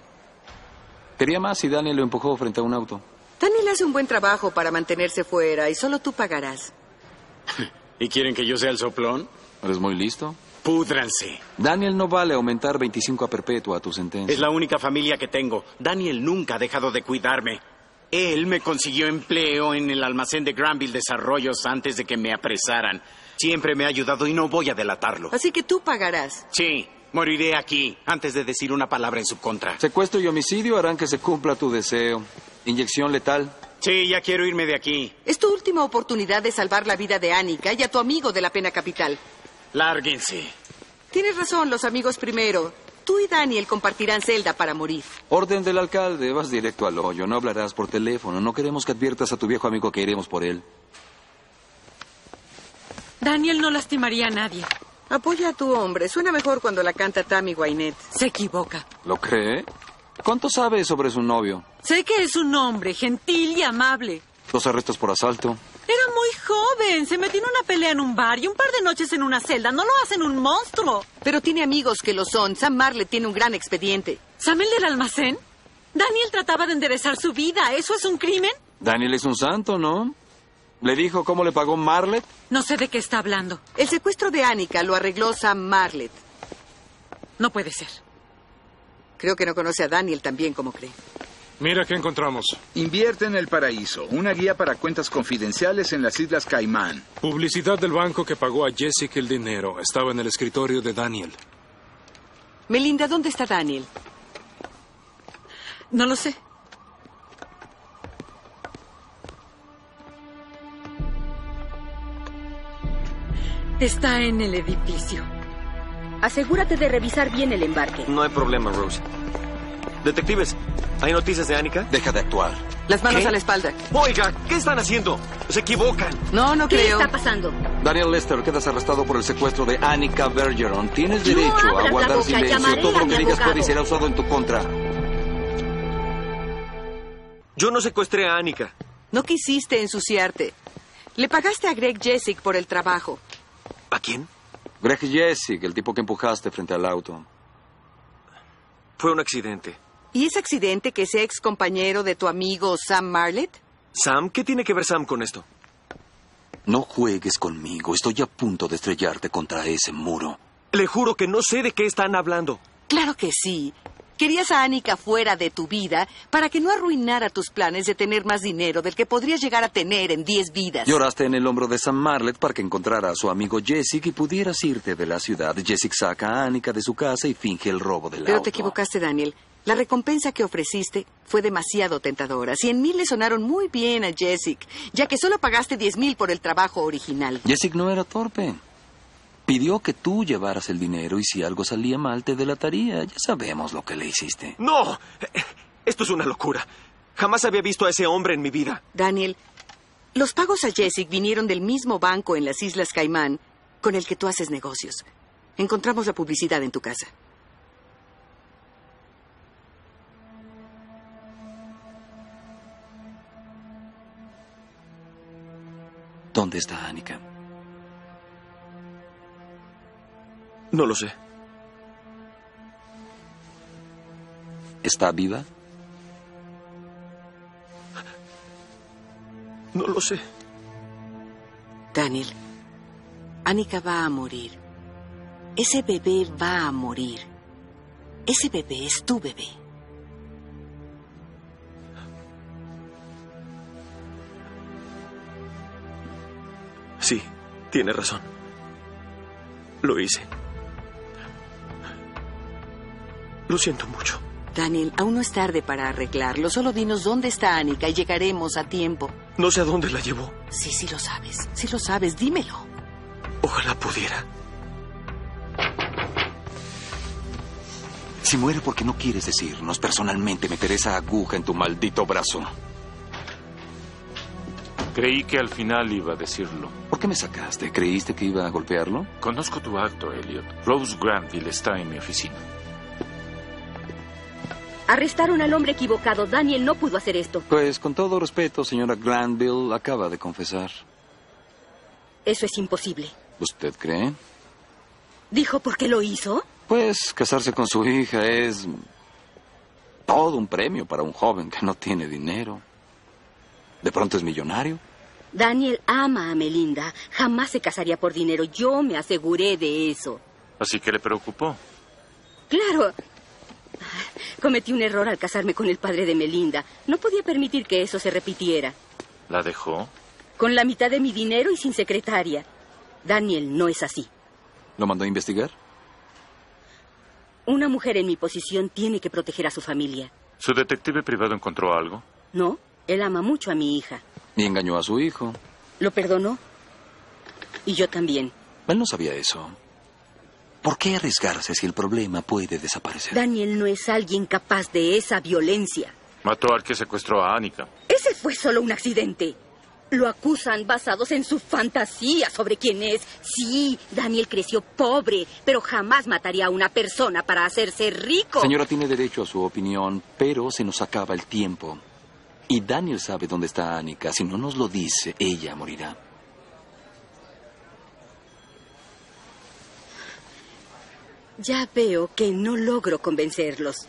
[SPEAKER 7] Quería más y Daniel lo empujó frente a un auto.
[SPEAKER 3] Daniel hace un buen trabajo para mantenerse fuera y solo tú pagarás.
[SPEAKER 21] ¿Y quieren que yo sea el soplón?
[SPEAKER 7] ¿Eres muy listo?
[SPEAKER 21] Púdranse.
[SPEAKER 7] Daniel no vale aumentar 25 a perpetua a tu sentencia.
[SPEAKER 21] Es la única familia que tengo. Daniel nunca ha dejado de cuidarme. Él me consiguió empleo en el almacén de Granville Desarrollos antes de que me apresaran. Siempre me ha ayudado y no voy a delatarlo.
[SPEAKER 3] Así que tú pagarás.
[SPEAKER 21] Sí, moriré aquí antes de decir una palabra en su contra.
[SPEAKER 7] Secuestro y homicidio harán que se cumpla tu deseo. Inyección letal.
[SPEAKER 21] Sí, ya quiero irme de aquí.
[SPEAKER 3] Es tu última oportunidad de salvar la vida de Annika y a tu amigo de la pena capital.
[SPEAKER 21] Lárguense.
[SPEAKER 3] Tienes razón, los amigos primero. Tú y Daniel compartirán celda para morir.
[SPEAKER 7] Orden del alcalde, vas directo al hoyo, no hablarás por teléfono, no queremos que adviertas a tu viejo amigo que iremos por él.
[SPEAKER 11] Daniel no lastimaría a nadie.
[SPEAKER 3] Apoya a tu hombre. Suena mejor cuando la canta Tammy Wynette.
[SPEAKER 2] Se equivoca.
[SPEAKER 7] ¿Lo cree? ¿Cuánto sabe sobre su novio?
[SPEAKER 2] Sé que es un hombre gentil y amable.
[SPEAKER 7] Dos arrestos por asalto.
[SPEAKER 2] Era muy joven. Se metió en una pelea en un bar y un par de noches en una celda. No lo hacen un monstruo.
[SPEAKER 3] Pero tiene amigos que lo son. Sam Marle tiene un gran expediente.
[SPEAKER 2] ¿Sam el del almacén? Daniel trataba de enderezar su vida. ¿Eso es un crimen?
[SPEAKER 7] Daniel es un santo, ¿no? ¿Le dijo cómo le pagó Marlet?
[SPEAKER 2] No sé de qué está hablando.
[SPEAKER 3] El secuestro de Annika lo arregló Sam Marlet.
[SPEAKER 2] No puede ser.
[SPEAKER 3] Creo que no conoce a Daniel tan bien como cree.
[SPEAKER 13] Mira qué encontramos. Invierte en el paraíso, una guía para cuentas confidenciales en las Islas Caimán.
[SPEAKER 12] Publicidad del banco que pagó a Jessica el dinero. Estaba en el escritorio de Daniel.
[SPEAKER 3] Melinda, ¿dónde está Daniel?
[SPEAKER 2] No lo sé. Está en el edificio.
[SPEAKER 19] Asegúrate de revisar bien el embarque.
[SPEAKER 9] No hay problema, Rose. Detectives, ¿hay noticias de Annika?
[SPEAKER 7] Deja de actuar.
[SPEAKER 3] Las manos
[SPEAKER 9] ¿Qué?
[SPEAKER 3] a la espalda.
[SPEAKER 9] Oiga, ¿qué están haciendo? Se equivocan.
[SPEAKER 3] No, no
[SPEAKER 19] ¿Qué
[SPEAKER 3] creo.
[SPEAKER 19] está pasando?
[SPEAKER 7] Daniel Lester, quedas arrestado por el secuestro de Annika Bergeron. Tienes
[SPEAKER 19] No
[SPEAKER 7] derecho
[SPEAKER 19] abras
[SPEAKER 7] a
[SPEAKER 19] la
[SPEAKER 7] guardar
[SPEAKER 19] boca,
[SPEAKER 7] silencio.
[SPEAKER 19] llamaré
[SPEAKER 7] Todo
[SPEAKER 19] a
[SPEAKER 7] lo
[SPEAKER 19] mi
[SPEAKER 7] que digas
[SPEAKER 19] abogado.
[SPEAKER 7] puede ser usado en tu contra.
[SPEAKER 9] Yo no secuestré a Annika.
[SPEAKER 3] No quisiste ensuciarte. Le pagaste a Greg Jessic por el trabajo.
[SPEAKER 9] ¿A quién?
[SPEAKER 7] Greg Jessic, el tipo que empujaste frente al auto.
[SPEAKER 9] Fue un accidente.
[SPEAKER 3] ¿Y es accidente que sea ex compañero de tu amigo Sam Marlett?
[SPEAKER 9] ¿Sam? ¿Qué tiene que ver Sam con esto?
[SPEAKER 7] No juegues conmigo. Estoy a punto de estrellarte contra ese muro.
[SPEAKER 9] Le juro que no sé de qué están hablando.
[SPEAKER 3] Claro que sí. Querías a Annika fuera de tu vida para que no arruinara tus planes de tener más dinero del que podrías llegar a tener en 10 vidas.
[SPEAKER 7] Lloraste en el hombro de Sam Marlet para que encontrara a su amigo Jessic y pudieras irte de la ciudad. Jessic saca a Annika de su casa y finge el robo del
[SPEAKER 3] Pero
[SPEAKER 7] auto.
[SPEAKER 3] te equivocaste, Daniel. La recompensa que ofreciste fue demasiado tentadora. Cien mil le sonaron muy bien a Jessic, ya que solo pagaste diez mil por el trabajo original.
[SPEAKER 7] Jessic no era torpe. Pidió que tú llevaras el dinero y si algo salía mal te delataría. Ya sabemos lo que le hiciste.
[SPEAKER 9] ¡No! Esto es una locura. Jamás había visto a ese hombre en mi vida.
[SPEAKER 3] Daniel, los pagos a Jessic vinieron del mismo banco en las Islas Caimán con el que tú haces negocios. Encontramos la publicidad en tu casa.
[SPEAKER 7] ¿Dónde está Annika?
[SPEAKER 9] No lo sé.
[SPEAKER 7] ¿Está viva?
[SPEAKER 9] No lo sé.
[SPEAKER 3] Daniel, Annika va a morir. Ese bebé va a morir. Ese bebé es tu bebé.
[SPEAKER 9] Sí, tiene razón. Lo hice. Lo siento mucho.
[SPEAKER 3] Daniel, aún no es tarde para arreglarlo. Solo dinos dónde está Annika y llegaremos a tiempo.
[SPEAKER 9] No sé a dónde la llevó.
[SPEAKER 3] Sí, sí lo sabes. Sí lo sabes. Dímelo.
[SPEAKER 9] Ojalá pudiera.
[SPEAKER 7] Si muere porque no quieres decirnos, personalmente meteré esa aguja en tu maldito brazo.
[SPEAKER 18] Creí que al final iba a decirlo.
[SPEAKER 7] ¿Por qué me sacaste? ¿Creíste que iba a golpearlo?
[SPEAKER 18] Conozco tu acto, Elliot. Rose Granville está en mi oficina.
[SPEAKER 19] Arrestaron al hombre equivocado. Daniel no pudo hacer esto.
[SPEAKER 7] Pues con todo respeto, señora Granville acaba de confesar.
[SPEAKER 19] Eso es imposible.
[SPEAKER 7] ¿Usted cree?
[SPEAKER 19] ¿Dijo por qué lo hizo?
[SPEAKER 7] Pues casarse con su hija es todo un premio para un joven que no tiene dinero. De pronto es millonario.
[SPEAKER 19] Daniel ama a Melinda. Jamás se casaría por dinero. Yo me aseguré de eso.
[SPEAKER 18] Así que le preocupó.
[SPEAKER 19] Claro. Cometí un error al casarme con el padre de Melinda. No podía permitir que eso se repitiera.
[SPEAKER 18] ¿La dejó?
[SPEAKER 19] Con la mitad de mi dinero y sin secretaria. Daniel no es así.
[SPEAKER 7] ¿Lo mandó a investigar?
[SPEAKER 19] Una mujer en mi posición tiene que proteger a su familia.
[SPEAKER 18] ¿Su detective privado encontró algo?
[SPEAKER 19] No, él ama mucho a mi hija.
[SPEAKER 7] Y engañó a su hijo.
[SPEAKER 19] Lo perdonó. Y yo también.
[SPEAKER 7] Él no sabía eso. ¿Por qué arriesgarse si el problema puede desaparecer?
[SPEAKER 19] Daniel no es alguien capaz de esa violencia.
[SPEAKER 18] Mató al que secuestró a Annika.
[SPEAKER 19] Ese fue solo un accidente. Lo acusan basados en su fantasía sobre quién es. Sí, Daniel creció pobre, pero jamás mataría a una persona para hacerse rico.
[SPEAKER 7] Señora tiene derecho a su opinión, pero se nos acaba el tiempo. Y Daniel sabe dónde está Annika. Si no nos lo dice, ella morirá.
[SPEAKER 19] Ya veo que no logro convencerlos.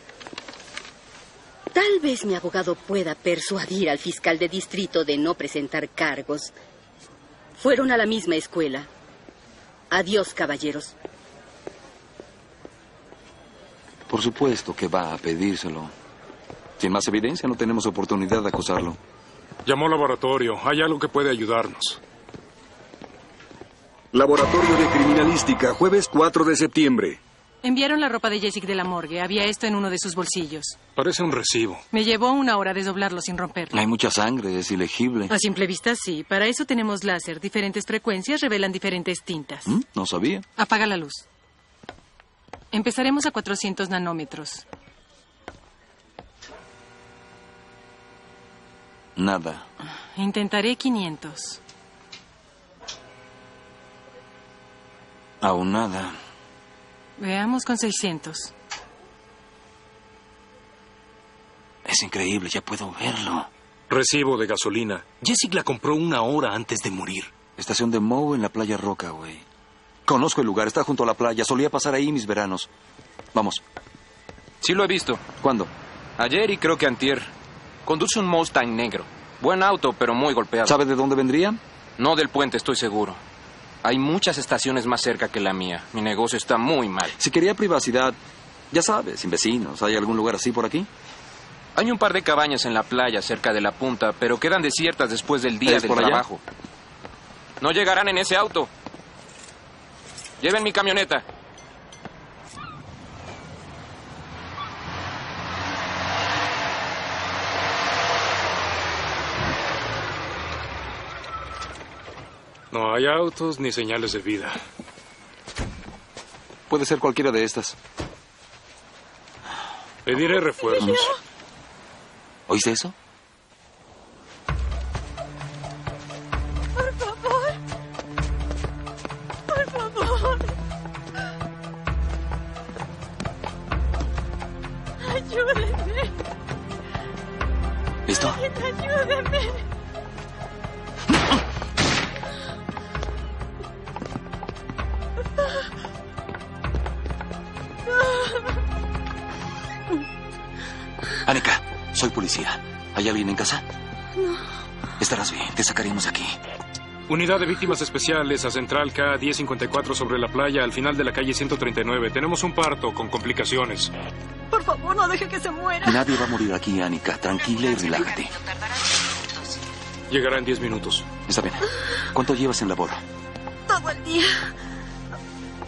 [SPEAKER 19] Tal vez mi abogado pueda persuadir al fiscal de distrito de no presentar cargos. Fueron a la misma escuela. Adiós, caballeros.
[SPEAKER 7] Por supuesto que va a pedírselo. Sin más evidencia, no tenemos oportunidad de acusarlo.
[SPEAKER 12] Llamó al laboratorio. Hay algo que puede ayudarnos.
[SPEAKER 1] Laboratorio de Criminalística, jueves 4 de septiembre.
[SPEAKER 17] Enviaron la ropa de Jessic de la morgue. Había esto en uno de sus bolsillos.
[SPEAKER 12] Parece un recibo.
[SPEAKER 17] Me llevó una hora desdoblarlo sin romperlo.
[SPEAKER 7] Hay mucha sangre, es ilegible.
[SPEAKER 17] A simple vista, sí. Para eso tenemos láser. Diferentes frecuencias revelan diferentes tintas.
[SPEAKER 7] ¿Mm? No sabía.
[SPEAKER 17] Apaga la luz. Empezaremos a 400 nanómetros.
[SPEAKER 7] Nada.
[SPEAKER 17] Intentaré 500.
[SPEAKER 7] Aún nada.
[SPEAKER 17] Veamos con 600.
[SPEAKER 7] Es increíble, ya puedo verlo.
[SPEAKER 12] Recibo de gasolina. Jessic la compró una hora antes de morir.
[SPEAKER 7] Estación de Moe en la playa Rockaway. Conozco el lugar, está junto a la playa. Solía pasar ahí mis veranos. Vamos.
[SPEAKER 15] Sí lo he visto.
[SPEAKER 7] ¿Cuándo?
[SPEAKER 15] Ayer y creo que antier. Conduce un Mustang negro. Buen auto, pero muy golpeado.
[SPEAKER 7] ¿Sabe de dónde vendría?
[SPEAKER 15] No del puente, estoy seguro. Hay muchas estaciones más cerca que la mía. Mi negocio está muy mal.
[SPEAKER 7] Si quería privacidad, ya sabes, sin vecinos. ¿Hay algún lugar así por aquí?
[SPEAKER 15] Hay un par de cabañas en la playa cerca de la punta, pero quedan desiertas después del día
[SPEAKER 7] ¿Es
[SPEAKER 15] del
[SPEAKER 7] por allá?
[SPEAKER 15] trabajo. No llegarán en ese auto. Lleven mi camioneta.
[SPEAKER 12] No hay autos ni señales de vida.
[SPEAKER 7] Puede ser cualquiera de estas.
[SPEAKER 12] Pediré refuerzos.
[SPEAKER 7] ¿Oíste eso?
[SPEAKER 5] Por favor. Por favor. Ayúdenme.
[SPEAKER 7] ¿Listo?
[SPEAKER 5] Ayúdenme.
[SPEAKER 7] Annika, soy policía. ¿Hay alguien en casa?
[SPEAKER 5] No.
[SPEAKER 7] Estarás bien, te sacaremos de aquí.
[SPEAKER 12] Unidad de Víctimas Especiales a Central K-1054 sobre la playa al final de la calle 139. Tenemos un parto con complicaciones.
[SPEAKER 5] Por favor, no deje que se muera.
[SPEAKER 7] Nadie va a morir aquí, Annika. Tranquila y relájate.
[SPEAKER 12] Llegará en 10 minutos.
[SPEAKER 7] Está bien. ¿Cuánto llevas en labor?
[SPEAKER 5] Todo el día.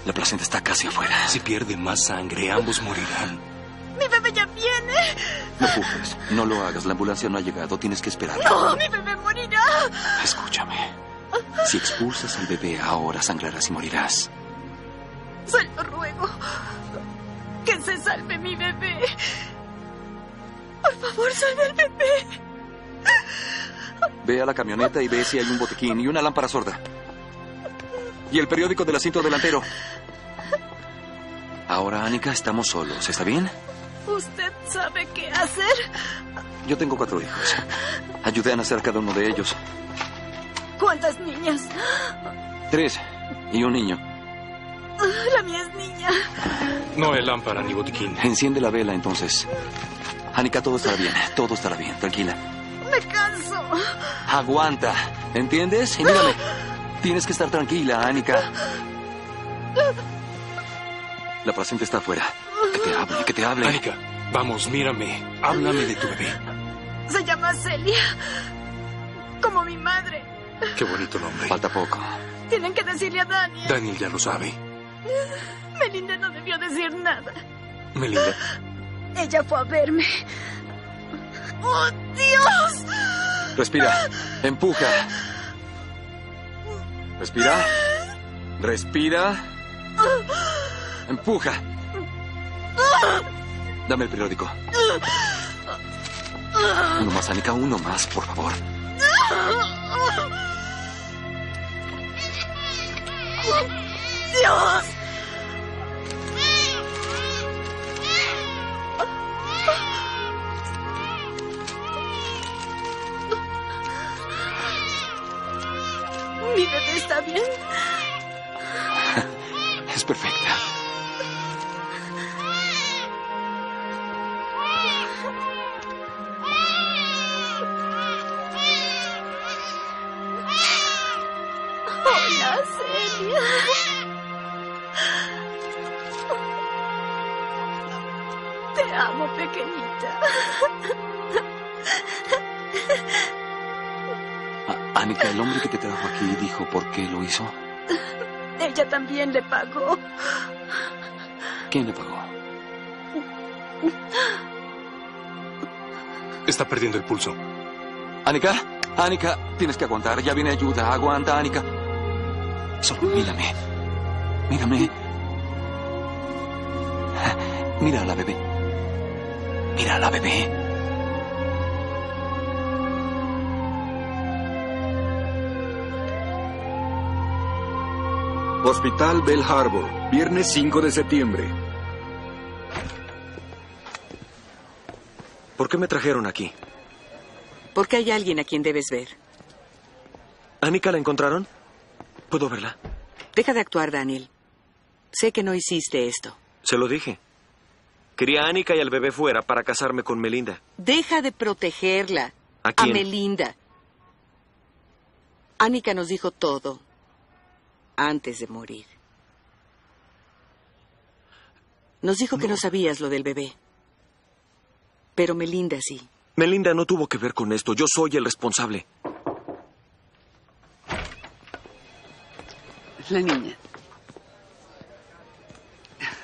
[SPEAKER 7] La placenta está casi afuera. Si pierde más sangre, ambos morirán.
[SPEAKER 5] Mi bebé ya viene.
[SPEAKER 7] No pujes, no lo hagas. La ambulancia no ha llegado, tienes que esperar.
[SPEAKER 5] No, mi bebé morirá.
[SPEAKER 7] Escúchame. Si expulsas al bebé ahora, sangrarás y morirás.
[SPEAKER 5] Se lo ruego. Que se salve mi bebé. Por favor, salve al bebé.
[SPEAKER 7] Ve a la camioneta y ve si hay un botiquín y una lámpara sorda. Y el periódico del asiento delantero. Ahora, Annika, estamos solos. ¿Está bien?
[SPEAKER 5] ¿Usted sabe qué hacer?
[SPEAKER 7] Yo tengo cuatro hijos. Ayudé a nacer a cada uno de ellos.
[SPEAKER 5] ¿Cuántas niñas?
[SPEAKER 7] Tres y un niño.
[SPEAKER 5] La mía es niña.
[SPEAKER 12] No hay lámpara ni botiquín.
[SPEAKER 7] Enciende la vela entonces. Annika, todo estará bien. Todo estará bien. Tranquila.
[SPEAKER 5] Me canso.
[SPEAKER 7] Aguanta. ¿Entiendes? Y mírame. Tienes que estar tranquila, Annika. La placenta está afuera. Que te hable, que te hable.
[SPEAKER 12] Annika, vamos, mírame. Háblame de tu bebé.
[SPEAKER 5] Se llama Celia. Como mi madre.
[SPEAKER 12] Qué bonito nombre.
[SPEAKER 7] Falta poco.
[SPEAKER 5] Tienen que decirle a Dani.
[SPEAKER 12] Daniel ya lo sabe.
[SPEAKER 5] Melinda no debió decir nada.
[SPEAKER 12] Melinda.
[SPEAKER 5] Ella fue a verme. ¡Oh, Dios!
[SPEAKER 7] Respira. Empuja. Respira. Respira. Empuja. Dame el periódico. Uno más, Annika, uno más, por favor.
[SPEAKER 5] ¡Dios! Mi bebé está bien.
[SPEAKER 7] [laughs] Es perfecta.
[SPEAKER 5] Hola, Celia. Te amo, pequeñita.
[SPEAKER 7] Annika, el hombre que te trajo aquí dijo por qué lo hizo.
[SPEAKER 5] Ella también le pagó.
[SPEAKER 7] ¿Quién le pagó?
[SPEAKER 22] Está perdiendo el pulso.
[SPEAKER 7] Annika, Annika, tienes que aguantar. Ya viene ayuda. Aguanta, Annika. Solo mírame. Mírame. Mira a la bebé. Mira a la bebé.
[SPEAKER 1] Hospital Bell Harbor, viernes 5 de septiembre.
[SPEAKER 9] ¿Por qué me trajeron aquí?
[SPEAKER 3] Porque hay alguien a quien debes ver.
[SPEAKER 9] ¿Annika la encontraron? ¿Puedo verla?
[SPEAKER 3] Deja de actuar, Daniel. Sé que no hiciste esto.
[SPEAKER 9] Se lo dije. Quería a Annika y al bebé fuera para casarme con Melinda.
[SPEAKER 3] Deja de protegerla.
[SPEAKER 9] ¿A quién?
[SPEAKER 3] Melinda. Annika nos dijo todo antes de morir. Nos dijo que no sabías lo del bebé. Pero Melinda sí.
[SPEAKER 9] Melinda no tuvo que ver con esto. Yo soy el responsable.
[SPEAKER 23] La niña.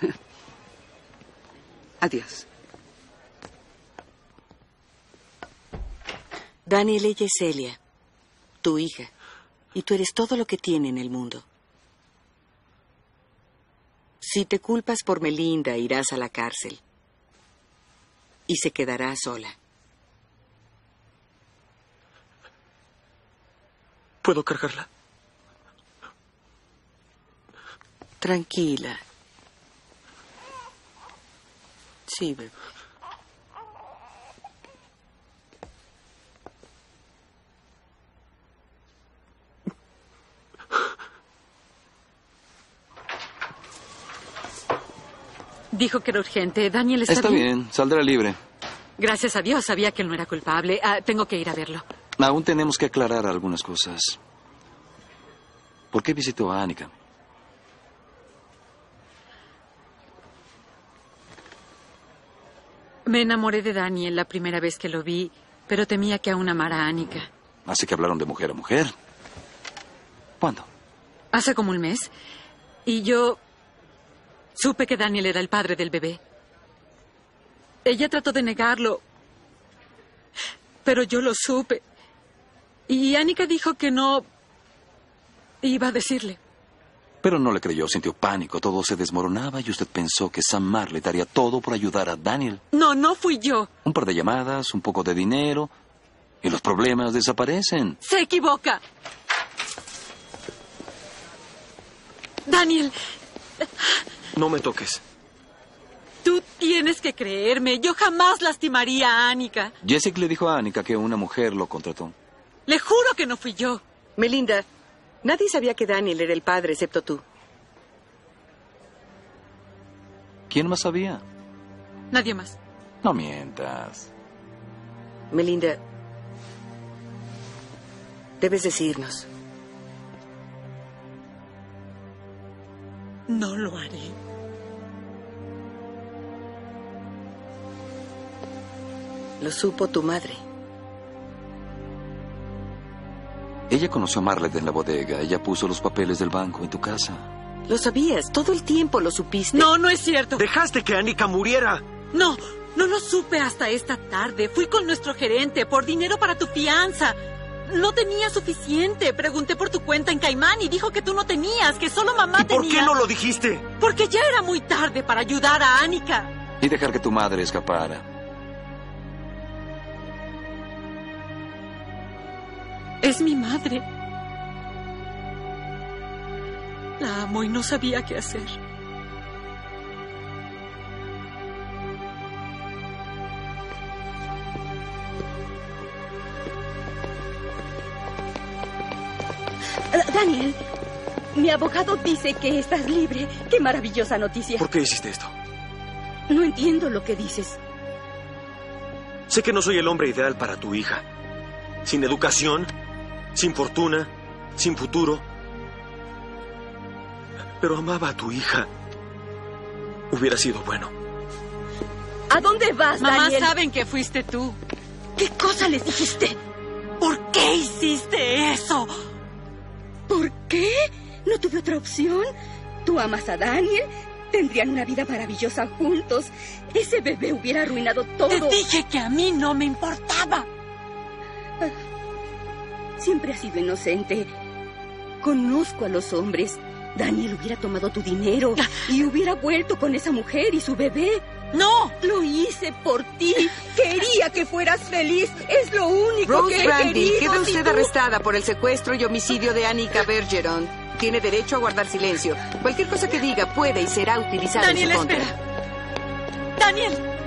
[SPEAKER 23] [laughs] Adiós.
[SPEAKER 3] Daniel, ella es Celia, tu hija. Y tú eres todo lo que tiene en el mundo. Si te culpas por Melinda, irás a la cárcel. Y se quedará sola.
[SPEAKER 9] ¿Puedo cargarla?
[SPEAKER 3] Tranquila. Sí, bebé.
[SPEAKER 2] Dijo que era urgente. Daniel está,
[SPEAKER 7] saldrá libre.
[SPEAKER 2] Gracias a Dios, sabía que él no era culpable. Ah, tengo que ir a verlo.
[SPEAKER 7] Aún tenemos que aclarar algunas cosas. ¿Por qué visitó a Annika?
[SPEAKER 2] Me enamoré de Daniel la primera vez que lo vi, pero temía que aún amara a Annika.
[SPEAKER 7] Así que hablaron de mujer a mujer. ¿Cuándo?
[SPEAKER 2] Hace como un mes. Y yo supe que Daniel era el padre del bebé. Ella trató de negarlo, pero yo lo supe. Y Annika dijo que no iba a decirle.
[SPEAKER 7] Pero no le creyó, sintió pánico, todo se desmoronaba y usted pensó que Sam Marley daría todo por ayudar a Daniel.
[SPEAKER 2] No, no fui yo.
[SPEAKER 7] Un par de llamadas, un poco de dinero y los problemas desaparecen.
[SPEAKER 2] Se equivoca. Daniel,
[SPEAKER 9] No me toques.
[SPEAKER 2] tú tienes que creerme. Yo jamás lastimaría a Annika.
[SPEAKER 7] Jessica le dijo a Annika que una mujer lo contrató.
[SPEAKER 2] Le juro que no fui yo.
[SPEAKER 3] Melinda, nadie sabía que Daniel era el padre excepto tú.
[SPEAKER 7] ¿Quién más sabía?
[SPEAKER 2] Nadie más.
[SPEAKER 7] No mientas.
[SPEAKER 3] Melinda, debes decirnos.
[SPEAKER 2] No lo haré.
[SPEAKER 3] Lo supo tu madre.
[SPEAKER 7] Ella conoció a Marlet en la bodega. Ella puso los papeles del banco en tu casa.
[SPEAKER 3] Lo sabías, todo el tiempo lo supiste.
[SPEAKER 2] No, no es cierto.
[SPEAKER 9] Dejaste que Annika muriera.
[SPEAKER 2] No, no lo supe hasta esta tarde. Fui con nuestro gerente por dinero para tu fianza. No tenía suficiente. Pregunté por tu cuenta en Caimán y dijo que tú no tenías, que solo mamá
[SPEAKER 9] ¿Y por
[SPEAKER 2] tenía.
[SPEAKER 9] qué no lo dijiste?
[SPEAKER 2] Porque ya era muy tarde para ayudar a Annika.
[SPEAKER 7] Y dejar que tu madre escapara.
[SPEAKER 2] Es mi madre. La amo y no sabía qué hacer.
[SPEAKER 19] Ah, Daniel, mi abogado dice que estás libre. Qué maravillosa noticia.
[SPEAKER 9] ¿Por qué hiciste esto?
[SPEAKER 19] No entiendo lo que dices.
[SPEAKER 9] Sé que no soy el hombre ideal para tu hija. Sin educación, sin fortuna, sin futuro. Pero amaba a tu hija. Hubiera sido bueno.
[SPEAKER 19] ¿A dónde vas,
[SPEAKER 2] Mamá
[SPEAKER 19] Daniel?
[SPEAKER 2] saben que fuiste tú.
[SPEAKER 19] ¿Qué cosa les dijiste?
[SPEAKER 2] ¿Por qué hiciste eso?
[SPEAKER 19] ¿Por qué? No tuve otra opción. Tú amas a Daniel. Tendrían una vida maravillosa juntos. Ese bebé hubiera arruinado todo.
[SPEAKER 2] Te dije que a mí no me importaba.
[SPEAKER 19] Siempre has sido inocente. Conozco a los hombres. Daniel hubiera tomado tu dinero y hubiera vuelto con esa mujer y su bebé.
[SPEAKER 2] ¡No!
[SPEAKER 19] Lo hice por ti. Quería que fueras feliz. Es lo único
[SPEAKER 3] Rose
[SPEAKER 19] que he
[SPEAKER 3] Brandy,
[SPEAKER 19] querido.
[SPEAKER 3] queda
[SPEAKER 19] Si
[SPEAKER 3] usted
[SPEAKER 19] tú-
[SPEAKER 3] arrestada por el secuestro y homicidio de Annika Bergeron. Tiene derecho a guardar silencio. Cualquier cosa que diga puede y será utilizada en
[SPEAKER 2] Daniel,
[SPEAKER 3] su contra.
[SPEAKER 2] espera. Daniel,